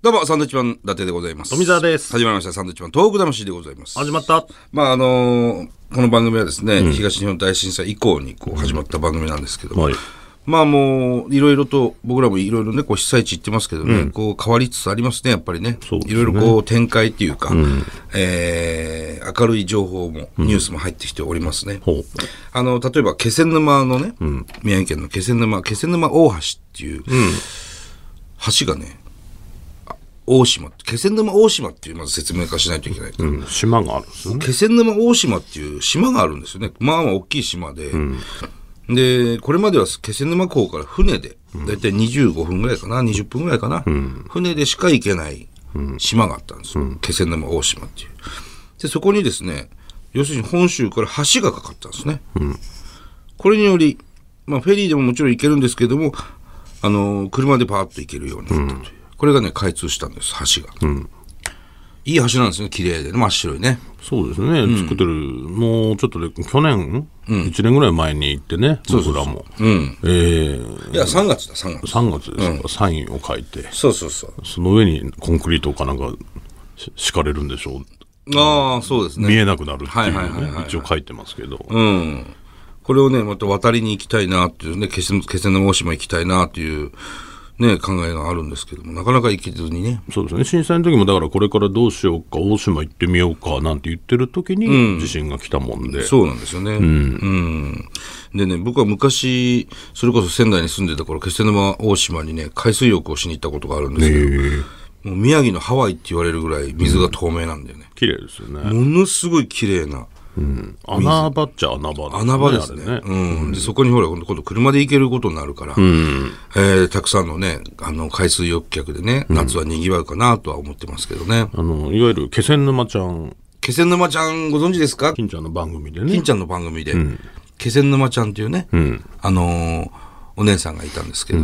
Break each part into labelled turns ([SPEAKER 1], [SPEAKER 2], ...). [SPEAKER 1] どうも、サンドウィッチマン伊達でございます。
[SPEAKER 2] 富澤です
[SPEAKER 1] 始まりました、サンドウィッチマン東北魂でございます。
[SPEAKER 2] 始まった。
[SPEAKER 1] まあ、あのーこの番組はですね、東日本大震災以降にこう始まった番組なんですけども、
[SPEAKER 2] はい
[SPEAKER 1] まあもう、いろいろと、僕らもいろいろね、こう被災地行ってますけどね、こう変わりつつありますね、やっぱりね。
[SPEAKER 2] そうです
[SPEAKER 1] い
[SPEAKER 2] ね
[SPEAKER 1] ろいろこう展開っていうか、えー、明るい情報も、ニュースも入ってきておりますね。
[SPEAKER 2] ほう。
[SPEAKER 1] あの、例えば気仙沼のね、宮城県の気仙沼、気仙沼大橋っていう、橋がね、あ大島、気仙沼大島っていうまず説明化しないといけない。
[SPEAKER 2] うん、島があるんですね。
[SPEAKER 1] 気仙沼大島っていう島があるんですよね。まあまあ大きい島で。で、これまでは気仙沼港から船で、だいたい25分ぐらいかな、20分ぐらいかな、船でしか行けない島があったんですよ。気仙沼大島っていう。で、そこにですね、要するに本州から橋がかかったんですね。これにより、まあ、フェリーでももちろん行けるんですけども、あの車でパーッと行けるようになったという、これがね、開通したんです、橋が。いい橋なんですね、綺麗でね、真っ白いね。
[SPEAKER 2] そうですね。作ってる、もうちょっとで、去年、一1年ぐらい前に行ってね、僕らも。えー
[SPEAKER 1] いや、3月だ、3月。
[SPEAKER 2] 3月ですか、サインを書いて、
[SPEAKER 1] そうそうそう。
[SPEAKER 2] その上にコンクリートかなんかし敷かれるんでしょう。
[SPEAKER 1] ああ、そうですね。
[SPEAKER 2] 見えなくなるっていう
[SPEAKER 1] はいはいはいはいは
[SPEAKER 2] ね
[SPEAKER 1] い、
[SPEAKER 2] 一応書いてますけど。
[SPEAKER 1] うん。これをね、また渡りに行きたいなっていうね、気仙気仙沼大島行きたいなっていう、ね、考えがあるんですけども、なかなか行けずにね。
[SPEAKER 2] そうですね震災の時もだからこれからどうしようか大島行ってみようかなんて言ってる時に地震が来たもんで、
[SPEAKER 1] そうなんですよね。うん。でね、僕は昔、それこそ仙台に住んでた頃、気仙沼大島にね、海水浴をしに行ったことがあるんですけど、もう宮城のハワイって言われるぐらい水が透明なんだよね。
[SPEAKER 2] 綺麗ですよね、
[SPEAKER 1] ものすごい綺麗な
[SPEAKER 2] 穴場っちゃ穴場ですね
[SPEAKER 1] 穴場ですね。
[SPEAKER 2] あれ
[SPEAKER 1] うん。で、そこにほら、今度車で行けることになるから、えーたくさんのね、あの、海水浴客でね、夏は賑わうかなとは思ってますけどね。
[SPEAKER 2] あの、いわゆる気仙沼ちゃん、
[SPEAKER 1] 気仙沼ちゃんご存知ですか
[SPEAKER 2] 金ちゃんの番組で
[SPEAKER 1] 金
[SPEAKER 2] ね。
[SPEAKER 1] ちゃんの番組で、気仙沼ちゃんっていうね、あのーお姉さんがいたんですけど、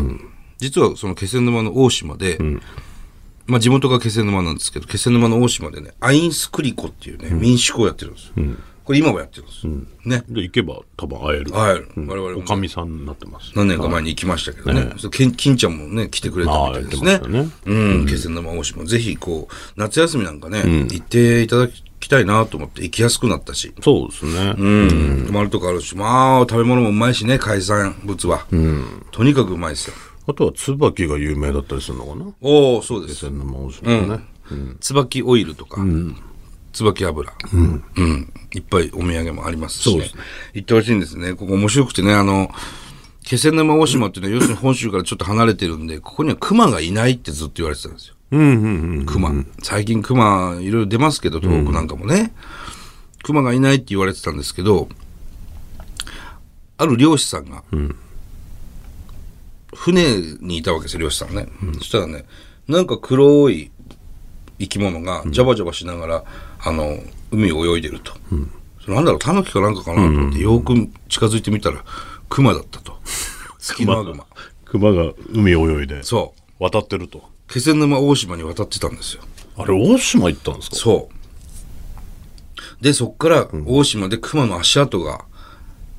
[SPEAKER 1] 実はその気仙沼の大島で、まあ地元が気仙沼なんですけど、気仙沼の大島でね、アインスクリコっていうね、民宿をやってるんですよ。これ今もやってるんですよ。ね。
[SPEAKER 2] で、行けば多分会える。
[SPEAKER 1] はい。我々も
[SPEAKER 2] おかみさんになってます。
[SPEAKER 1] 何年か前に行きましたけどね、そう金金ちゃんもね、来てくれたみたいです
[SPEAKER 2] ああ
[SPEAKER 1] ね。
[SPEAKER 2] やってましたね
[SPEAKER 1] うん、気仙沼大島、ぜひこう、夏休みなんかね、行っていただきたいなと思って、行きやすくなったし、
[SPEAKER 2] そうですね。
[SPEAKER 1] うん、泊まるとこあるし、まあ、食べ物もうまいしね、海産物は。とにかくうまいですよ。
[SPEAKER 2] あとは、椿が有名だったりするのかな
[SPEAKER 1] おお、そうです
[SPEAKER 2] 気。仙沼大島ね。
[SPEAKER 1] 椿オイルとか、椿油、うんいっぱいお土産もありますし、ね、
[SPEAKER 2] そうです
[SPEAKER 1] 行ってほしいんですね。ここ面白くてね、あの、気仙沼大島っていうのは、要するに本州からちょっと離れてるんで、ここには熊がいないってずっと言われてたんですよ。
[SPEAKER 2] うんうんうん。
[SPEAKER 1] 熊、最近熊いろいろ出ますけど東北なんかもね、熊がいないって言われてたんですけどある漁師さんが、船にいたわけですよ漁師さんね、そしたらねなんか黒い生き物がジャバジャバしながら、あの海を泳いでると、それなんだろうタヌキかなんかかなと思って、よく近づいてみたら熊だったとツキノワグマ
[SPEAKER 2] 熊が海を泳いで、
[SPEAKER 1] そ
[SPEAKER 2] 渡ってると。
[SPEAKER 1] う気仙沼大島に渡ってたんですよ
[SPEAKER 2] あれ、大島行ったんですか
[SPEAKER 1] そう。で、そっから大島で熊の足跡が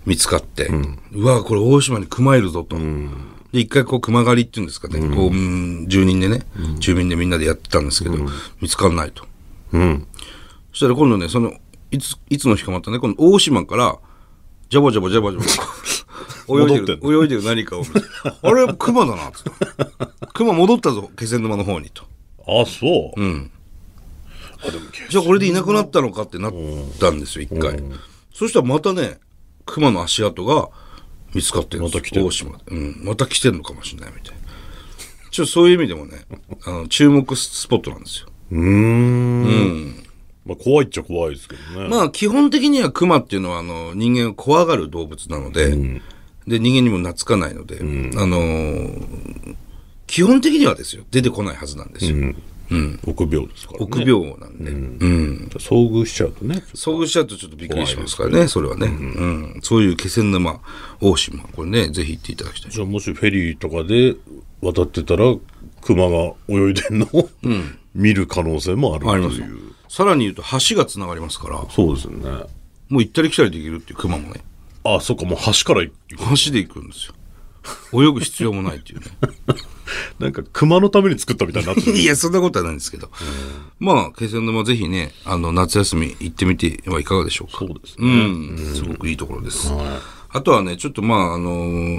[SPEAKER 1] 見つかって、うわ、これ大島に熊いるぞと。で、一回こう熊狩りっていうんですかね、こう、うん住人でね、住民でみんなでやってたんですけど、見つかんないと。
[SPEAKER 2] うん。
[SPEAKER 1] そしたら今度ね、その、いつ、いつの日かまたね、この大島から、ジャバジャバジャバジ ャバ、泳いでる、
[SPEAKER 2] 戻
[SPEAKER 1] 泳いでる何かを見て、あれ、熊だな、つって。熊戻ったぞ、気仙沼の方に、と。
[SPEAKER 2] あ、そう。
[SPEAKER 1] うん。
[SPEAKER 2] あ、でも、気仙
[SPEAKER 1] じゃあこれでいなくなったのかってなったんですよ、一回。そしたらまたね、熊の足跡が見つかってるんです
[SPEAKER 2] また来てる
[SPEAKER 1] 大島で。うん。また来てるのかもしれないみたいな。ちょっとそういう意味でもね、あの、注目スポットなんですよ。
[SPEAKER 2] うーん。まあ、怖いっちゃ怖いですけどね。
[SPEAKER 1] まあ、基本的には熊っていうのは、あの、人間を怖がる動物なので、で、人間にも懐かないので、あのー基本的にはですよ、出てこないはずなんですよ。
[SPEAKER 2] 臆病ですからね。
[SPEAKER 1] 臆病なんで。うん
[SPEAKER 2] 遭遇しちゃうとね。
[SPEAKER 1] 遭遇しちゃうとちょっとびっくりしますからね、それはね、うんそういう気仙沼、大島、これね、ぜひ行っていただきたい。
[SPEAKER 2] じゃあもしフェリーとかで渡ってたら熊が泳いでんのを、見る可能性もあると
[SPEAKER 1] あります
[SPEAKER 2] い
[SPEAKER 1] よ
[SPEAKER 2] う。
[SPEAKER 1] さらに言うと、橋がつながりますから、
[SPEAKER 2] そうですよね。
[SPEAKER 1] もう行ったり来たりできるっていう熊もね、
[SPEAKER 2] あそっかもう橋から行く
[SPEAKER 1] 橋で行くんですよ。泳ぐ必要もないっていうね。
[SPEAKER 2] なんか熊のために作ったみたいになって る。
[SPEAKER 1] いや、そんなことはないんですけど。まあ、気仙沼ぜひね、あの、夏休み行ってみてはいかがでしょうか。
[SPEAKER 2] そうです
[SPEAKER 1] う
[SPEAKER 2] ね。
[SPEAKER 1] ん、すごくいいところです。あとはね、ちょっとまあ、あの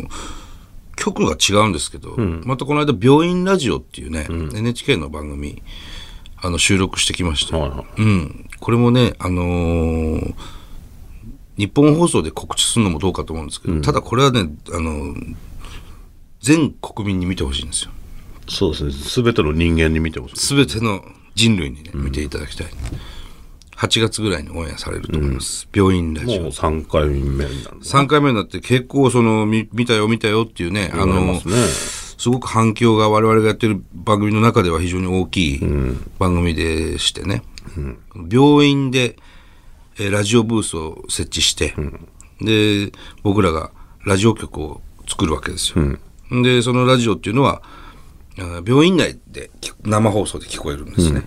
[SPEAKER 1] ー局が違うんですけど、またこの間、病院ラジオっていうね、NHK の番組、あの、収録してきました。
[SPEAKER 2] はいは
[SPEAKER 1] う
[SPEAKER 2] い。
[SPEAKER 1] ん。これもね、あのー日本放送で告知するのもどうかと思うんですけど、ただこれはね、あのー全国民に見てほしいんですよ。
[SPEAKER 2] そうですね。すべての人間に見てほしい。
[SPEAKER 1] すべての人類にね、見ていただきたい。8月ぐらいにオンエアされると思います。病院ラジオ。
[SPEAKER 2] もう三回目になるんです。
[SPEAKER 1] 3回目になって結構その、み見たよ見たよっていうね、あ
[SPEAKER 2] あり
[SPEAKER 1] の
[SPEAKER 2] ま、すね。
[SPEAKER 1] すごく反響が我々がやってる番組の中では非常に大きい番組でしてね、病院でえーラジオブースを設置して、で僕らがラジオ局を作るわけですよ、でそのラジオっていうのはあー病院内でき生放送で聞こえるんですね、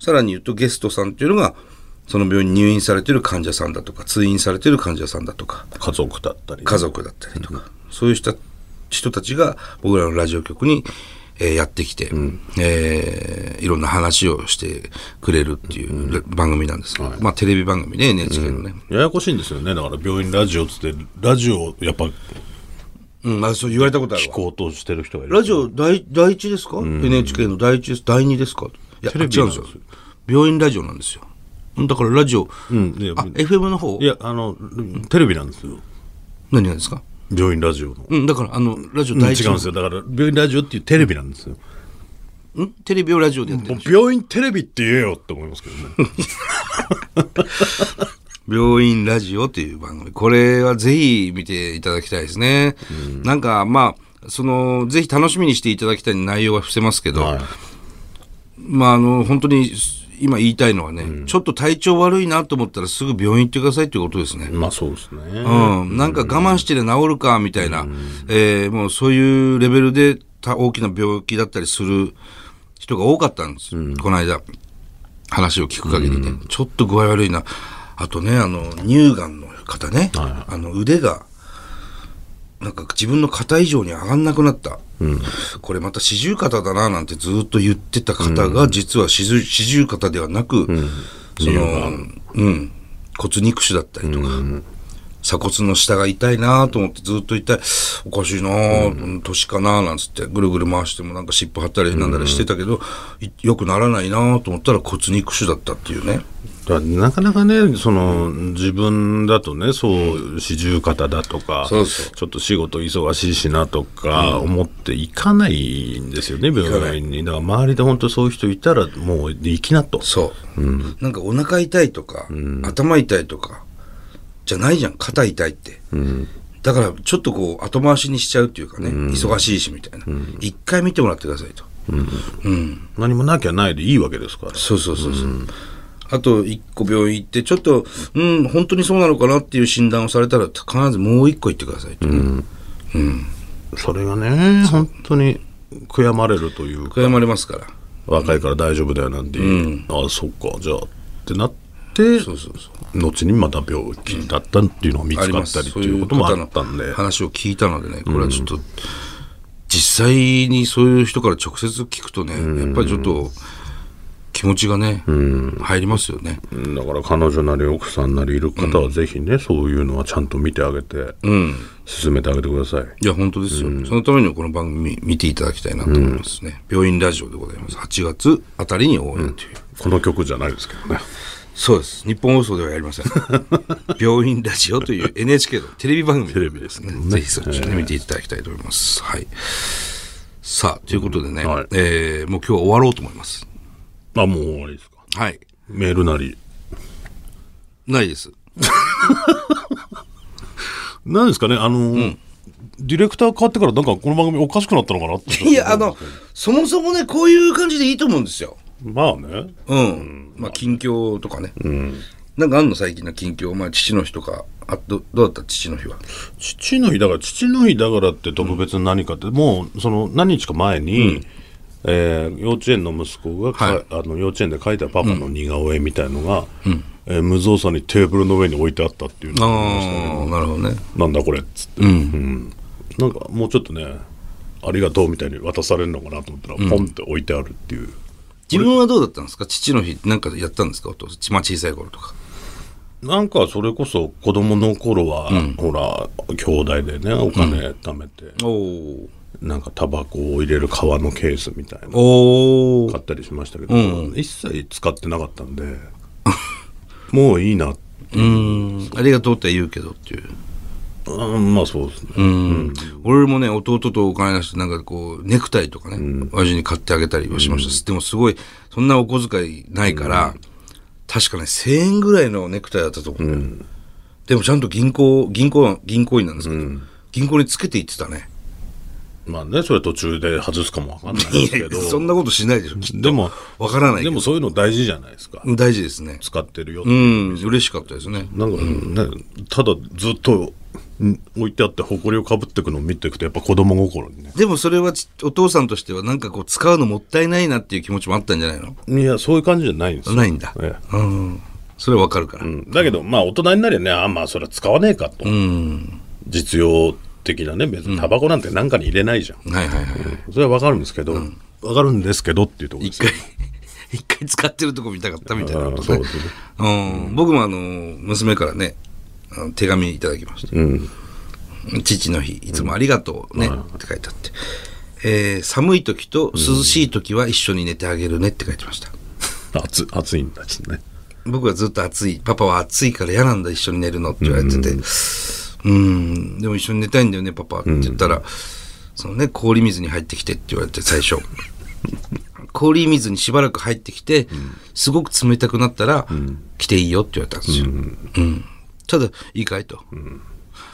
[SPEAKER 1] さらに言うとゲストさんっていうのがその病院に入院されてる患者さんだとか通院されてる患者さんだとか
[SPEAKER 2] 家族だったり。
[SPEAKER 1] 家族だったりとか、そういう人人たちが僕らのラジオ局に、えーやってきて、えーいろんな話をしてくれるっていうう番組なんですけど、まあテレビ番組ね NHK のね、
[SPEAKER 2] ややこしいんですよね。だから病院ラジオっつって、ラジオやっぱ
[SPEAKER 1] うんあそう言われたことある
[SPEAKER 2] 聞
[SPEAKER 1] わ
[SPEAKER 2] こうとしてる人がいる。
[SPEAKER 1] ラジオ第第一ですか、NHK の第一です第二ですかいや
[SPEAKER 2] テレビ
[SPEAKER 1] 違うんですよ病院ラジオなんですよだからラジオ、
[SPEAKER 2] うん。いや
[SPEAKER 1] あ FM の方
[SPEAKER 2] いや、あの、テレビなんですよ。
[SPEAKER 1] 何がですか
[SPEAKER 2] 病院ラジオの。
[SPEAKER 1] うんだからあのラジオ
[SPEAKER 2] うん違うん
[SPEAKER 1] 第
[SPEAKER 2] で
[SPEAKER 1] 一
[SPEAKER 2] す
[SPEAKER 1] の、
[SPEAKER 2] よ。だから、病院ラジオっていうテレビなんですよ。
[SPEAKER 1] んテレビをラジオでやってる
[SPEAKER 2] もう病院テレビって言えよって思いますけどね。
[SPEAKER 1] 病院ラジオという番組。これはぜひ見ていただきたいですね。なんか、まあ、その、ぜひ楽しみにしていただきたい内容は伏せますけど、
[SPEAKER 2] はい
[SPEAKER 1] まあ、あの、本当に、今言いたいのはね、ちょっと体調悪いなと思ったらすぐ病院行ってくださいっていうことですね。
[SPEAKER 2] まあそうですね。
[SPEAKER 1] うん、なんか我慢してで治るかみたいな、えーもうそういうレベルでた大きな病気だったりする人が多かったんです、この間話を聞く限りね、ちょっと具合悪いなあとねあの乳がんの方ね、
[SPEAKER 2] は
[SPEAKER 1] あの腕がなんか自分の肩以上に上がんなくなった、これまた四十肩だななんてずっと言ってた方が、実は四十四十肩ではなく、そのうん、骨肉腫だったりとか、鎖骨の下が痛いなと思ってずっと痛いおかしいなあ、年かなあなんつってぐるぐる回してもなんか尻尾張ったりなんだりしてたけど、いよくならないなあと思ったら骨肉腫だったっていうね
[SPEAKER 2] だからなかなかね、その、自分だとね、そう、四十肩だとか、
[SPEAKER 1] そうそう
[SPEAKER 2] ちょっと仕事忙しいしなとか、思っていかないんですよね、病院に。だから周りで本当そういう人いたら、もう行きなと。
[SPEAKER 1] そう、なんかお腹痛いとか、頭痛いとかじゃないじゃん肩痛いって、だからちょっとこう後回しにしちゃうっていうかね、忙しいしみたいな一、回見てもらってくださいと、うん、
[SPEAKER 2] 何もなきゃないでいいわけですから。
[SPEAKER 1] そうそうそうそう。あと一個病院行って、ちょっと、うん、本当にそうなのかなっていう診断をされたら、必ずもう一個行ってくださいと。
[SPEAKER 2] それがね、本当に悔やまれるというか、
[SPEAKER 1] 悔やまれますから。
[SPEAKER 2] 若いから大丈夫だよなんていう、ああ、そっか、じゃあ、ってなって、
[SPEAKER 1] そうそうそう。
[SPEAKER 2] 後にまた病気だったっていうのが見
[SPEAKER 1] あ
[SPEAKER 2] つ
[SPEAKER 1] り
[SPEAKER 2] か
[SPEAKER 1] ま
[SPEAKER 2] っ
[SPEAKER 1] す。
[SPEAKER 2] たり
[SPEAKER 1] そ
[SPEAKER 2] と
[SPEAKER 1] う
[SPEAKER 2] い
[SPEAKER 1] いうう
[SPEAKER 2] ことも
[SPEAKER 1] 方
[SPEAKER 2] あ
[SPEAKER 1] の
[SPEAKER 2] ったんで。
[SPEAKER 1] 話を聞いたのでね、これはちょっと、実際にそういう人から直接聞くとね、やっぱりちょっと、気持ちがね、入りますよね。
[SPEAKER 2] うんだから彼女なり奥さんなりいる方はぜひね、そういうのはちゃんと見てあげて、
[SPEAKER 1] うん。
[SPEAKER 2] 進めてあげてください。
[SPEAKER 1] いや、本当ですよ。そのためにもこの番組見ていただきたいなと思いますね。病院ラジオでございます。8月あたりに応援という。
[SPEAKER 2] この曲じゃないですけどね。
[SPEAKER 1] そうです。日本放送ではやり ません。病院ラジオという NHK のテレビ番組。
[SPEAKER 2] テレビですね
[SPEAKER 1] ぜひそちらで見ていただきたいと思います。はい。さあ、ということでね、
[SPEAKER 2] はい
[SPEAKER 1] えーもう今日は終わろうと思います。
[SPEAKER 2] あ、もう終わりですか。
[SPEAKER 1] はい。
[SPEAKER 2] メールなり。
[SPEAKER 1] ないです。
[SPEAKER 2] なんですかね、あの、ディレクター変わってからなんかこの番組おかしくなったのかなって。
[SPEAKER 1] いや、あの、そもそもね、こういう感じでいいと思うんですよ。
[SPEAKER 2] まあね。
[SPEAKER 1] うん。まあ、近況とかね。なんかあんの最近の近況。お前、父の日とか。あどどうだった父の日は。
[SPEAKER 2] 父の日だから、父の日だからって特別に何かって、もうその何日か前に、えー幼稚園の息子がか、
[SPEAKER 1] はい
[SPEAKER 2] あの幼稚園で描いたパパの似顔絵みたいのが、えー無造作にテーブルの上に置いてあったっていうの
[SPEAKER 1] あ
[SPEAKER 2] がありましたね
[SPEAKER 1] あ、なるほどね。
[SPEAKER 2] なんだこれっつって、
[SPEAKER 1] うん。
[SPEAKER 2] なんかもうちょっとねありがとうみたいに渡されるのかなと思ったら、ポンって置いてあるっていう
[SPEAKER 1] 自分はどうだったんですか父の日なんかやったんですかお父さんちまあ小さい頃とか
[SPEAKER 2] なんかそれこそ子供の頃は、ほら兄弟でねお金貯めて、
[SPEAKER 1] おお
[SPEAKER 2] なんかタバコを入れる革のケースみたいなの
[SPEAKER 1] お
[SPEAKER 2] 買ったりしましたけど、一切使ってなかったんで もういいな
[SPEAKER 1] うんありがとうって言うけどっていう
[SPEAKER 2] うんまあそうですね、
[SPEAKER 1] うん、俺もね弟とお金出してなんかこうネクタイとかね、親父に買ってあげたりはしました、でもすごいそんなお小遣いないから、確かね1000円ぐらいのネクタイだったと思う、でもちゃんと銀行銀行銀行員なんですけど、銀行につけていってたね
[SPEAKER 2] まあねそれ途中で外すかもわかんな
[SPEAKER 1] い
[SPEAKER 2] いです
[SPEAKER 1] や
[SPEAKER 2] け
[SPEAKER 1] いや
[SPEAKER 2] ど
[SPEAKER 1] そんなことしないでしょきっと
[SPEAKER 2] でも
[SPEAKER 1] わからないけ
[SPEAKER 2] で
[SPEAKER 1] ど
[SPEAKER 2] もそういうの大事じゃないですか
[SPEAKER 1] 大事ですね
[SPEAKER 2] 使ってるよ、
[SPEAKER 1] うん嬉しかったですね
[SPEAKER 2] なんか、ねただずっとん置いてあって埃をかぶってくのを見ていくとやっぱ子供心にね
[SPEAKER 1] でもそれはちお父さんとしてはなんかこう使うのもったいないなっていう気持ちもあったんじゃないの
[SPEAKER 2] いやそういう感じじゃないんですよ
[SPEAKER 1] ないんだ、
[SPEAKER 2] ええ
[SPEAKER 1] うんそれはわかるから、
[SPEAKER 2] うんだけどまあ大人になりゃねあまあそれは使わねえかと、実用的なね別にタバコなんて何かに入れないじゃん、
[SPEAKER 1] はいはいはい、
[SPEAKER 2] それはわかるんですけど、わかるんですけどっていうところで
[SPEAKER 1] 一
[SPEAKER 2] すよ
[SPEAKER 1] 回、 一回使ってるとこ見たかったみたいな
[SPEAKER 2] あ
[SPEAKER 1] こ
[SPEAKER 2] ー
[SPEAKER 1] と
[SPEAKER 2] そう
[SPEAKER 1] ね
[SPEAKER 2] で。すね
[SPEAKER 1] うん、僕もあの、娘からね、あの手紙いただきました。
[SPEAKER 2] うん
[SPEAKER 1] 父の日、いつもありがとうね、って書いてあって。えー寒い時と涼しい時は一緒に寝てあげるねって書いてました。
[SPEAKER 2] 暑暑いんだしね
[SPEAKER 1] 僕はずっと暑い。パパは暑いから嫌なんだ、一緒に寝るのって言われてて。うん、でも一緒に寝たいんだよね、パパって言ったら、そのね、氷水に入ってきてって言われて、最 初。氷水にしばらく入ってきて、すごく冷たくなったら、来ていいよって言われたんですよ。うんただ、いいかいと。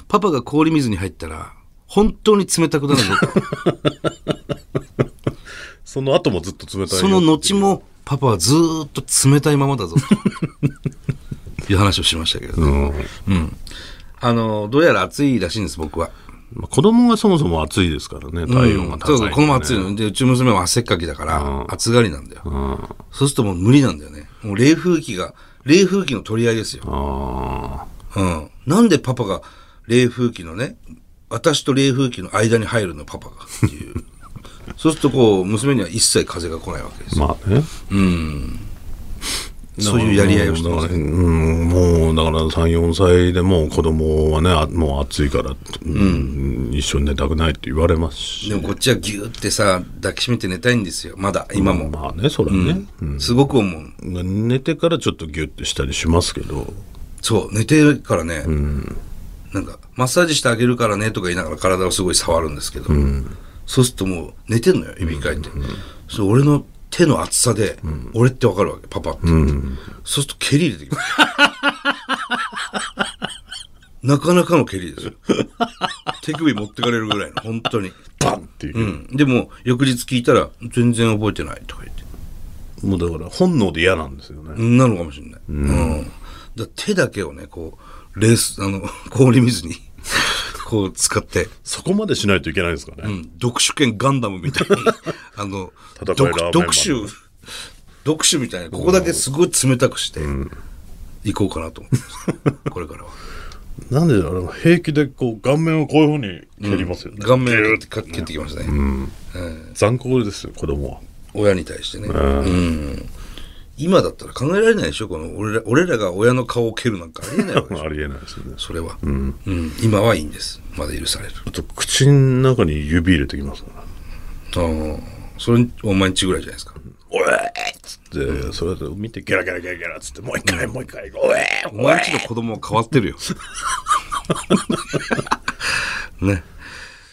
[SPEAKER 1] パパが氷水に入ったら、本当に冷たくな るんだよ
[SPEAKER 2] その後もずっと冷たいよ
[SPEAKER 1] その後もパパはずーっと冷たいままだぞ という話をしましたけど、ねうんあのどうやら暑いらしいんです僕は
[SPEAKER 2] まあ、子供がそもそも暑いですからね体温が高い、
[SPEAKER 1] そ
[SPEAKER 2] ね
[SPEAKER 1] うそうこのまま暑いのでうちの娘は汗っかきだから暑がりなんだよ、そうするともう無理なんだよねもう冷風機が冷風機の取り合いですよ、
[SPEAKER 2] あ
[SPEAKER 1] うん、なんでパパが冷風機のね私と冷風機の間に入るのパパがって いうそうするとこう娘には一切風が来ないわけです
[SPEAKER 2] あまあね
[SPEAKER 1] そういうやり合いをしてます
[SPEAKER 2] だからうん、もうだから34歳でもう子供はねあもう暑いから、うん一緒に寝たくないって言われますし
[SPEAKER 1] でもこっちはギューってさ抱きしめて寝たいんですよまだ今も、
[SPEAKER 2] まあねそれはね、
[SPEAKER 1] すごく思う
[SPEAKER 2] うん寝てからちょっとギュッてしたりしますけど
[SPEAKER 1] そう寝てるからね、なんかマッサージしてあげるからねとか言いながら体をすごい触るんですけど、そうするともう寝てんのよ指かいて、そう俺の手の厚さで、俺ってわかるわけパパって、そうすると 蹴り入れてきますなかなかの蹴りですよ手首持ってかれるぐらいの本当に
[SPEAKER 2] バンっていう、
[SPEAKER 1] うんでも翌日聞いたら全然覚えてないとか言って
[SPEAKER 2] もうだから本能で嫌なんですよね、
[SPEAKER 1] なのかもしれない。うん。だ手だけをね、こう、レース、あの、 氷水に、こう使って、
[SPEAKER 2] そこまでしないといけないんですかね、
[SPEAKER 1] うん、読書犬ガンダムみた いに、あの、
[SPEAKER 2] 戦い
[SPEAKER 1] 読
[SPEAKER 2] ラーメンマン
[SPEAKER 1] 読書、読書みたいな、ここだけすごい冷たくして、行こうかなと思って ます。これからは。
[SPEAKER 2] なんでだろう平気でこう顔面をこういうふうに蹴りますよね、
[SPEAKER 1] 顔面
[SPEAKER 2] ギュ
[SPEAKER 1] を
[SPEAKER 2] ッて
[SPEAKER 1] 蹴ってきましたね。うん
[SPEAKER 2] 残酷ですよ子供は
[SPEAKER 1] 親に対してね。うん今だったら考えられないでしょこの俺ら俺らが親の顔を蹴るなんかありえないわけでしょ
[SPEAKER 2] ありえないですよね
[SPEAKER 1] それは、うん今はいいんですまだ許される
[SPEAKER 2] あと口の中に指入れてきますから
[SPEAKER 1] ああ、それお前んちぐらいじゃないですか。
[SPEAKER 2] おえっつって、それで見て、ゲラゲラゲラゲラっつって、もう一回、もう一回、おえ
[SPEAKER 1] お
[SPEAKER 2] お
[SPEAKER 1] 前ん
[SPEAKER 2] え
[SPEAKER 1] ちの子供は変わってるよ。 ね。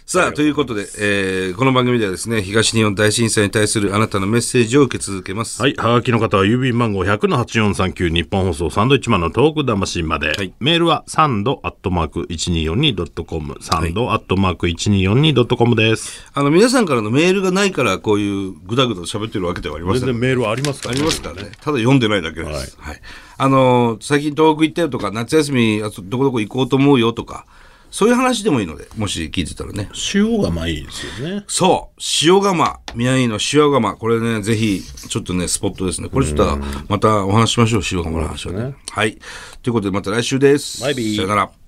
[SPEAKER 1] さあ、ということで、えーこの番組ではですね、東日本大震災に対するあなたのメッセージを受け続けます。
[SPEAKER 2] はい、はがきの方は郵便番号100-8439日本放送サンドイッチマンのトーク魂まで、
[SPEAKER 1] い
[SPEAKER 2] メールはサンドアットマーク 1242.com サンドアットマーク 1242.com です、
[SPEAKER 1] あの、皆さんからのメールがないから、こういうぐだぐだ喋ってるわけではありません。
[SPEAKER 2] メールはありますか
[SPEAKER 1] ありますからね。ただ読んでないだけです。はい。あのー最近東北行ったよとか、夏休み、あとどこどこ行こうと思うよとか、そういう話でもいいので、もし聞いてたらね。
[SPEAKER 2] 塩がまあいいですよね。
[SPEAKER 1] そう、塩釜、宮城の塩釜、これね、ぜひ、ちょっとね、スポットですね。これちょっと、またお話ししましょう、塩釜の話はね。はい。ということで、また来週です。
[SPEAKER 2] バイビー
[SPEAKER 1] さよなら。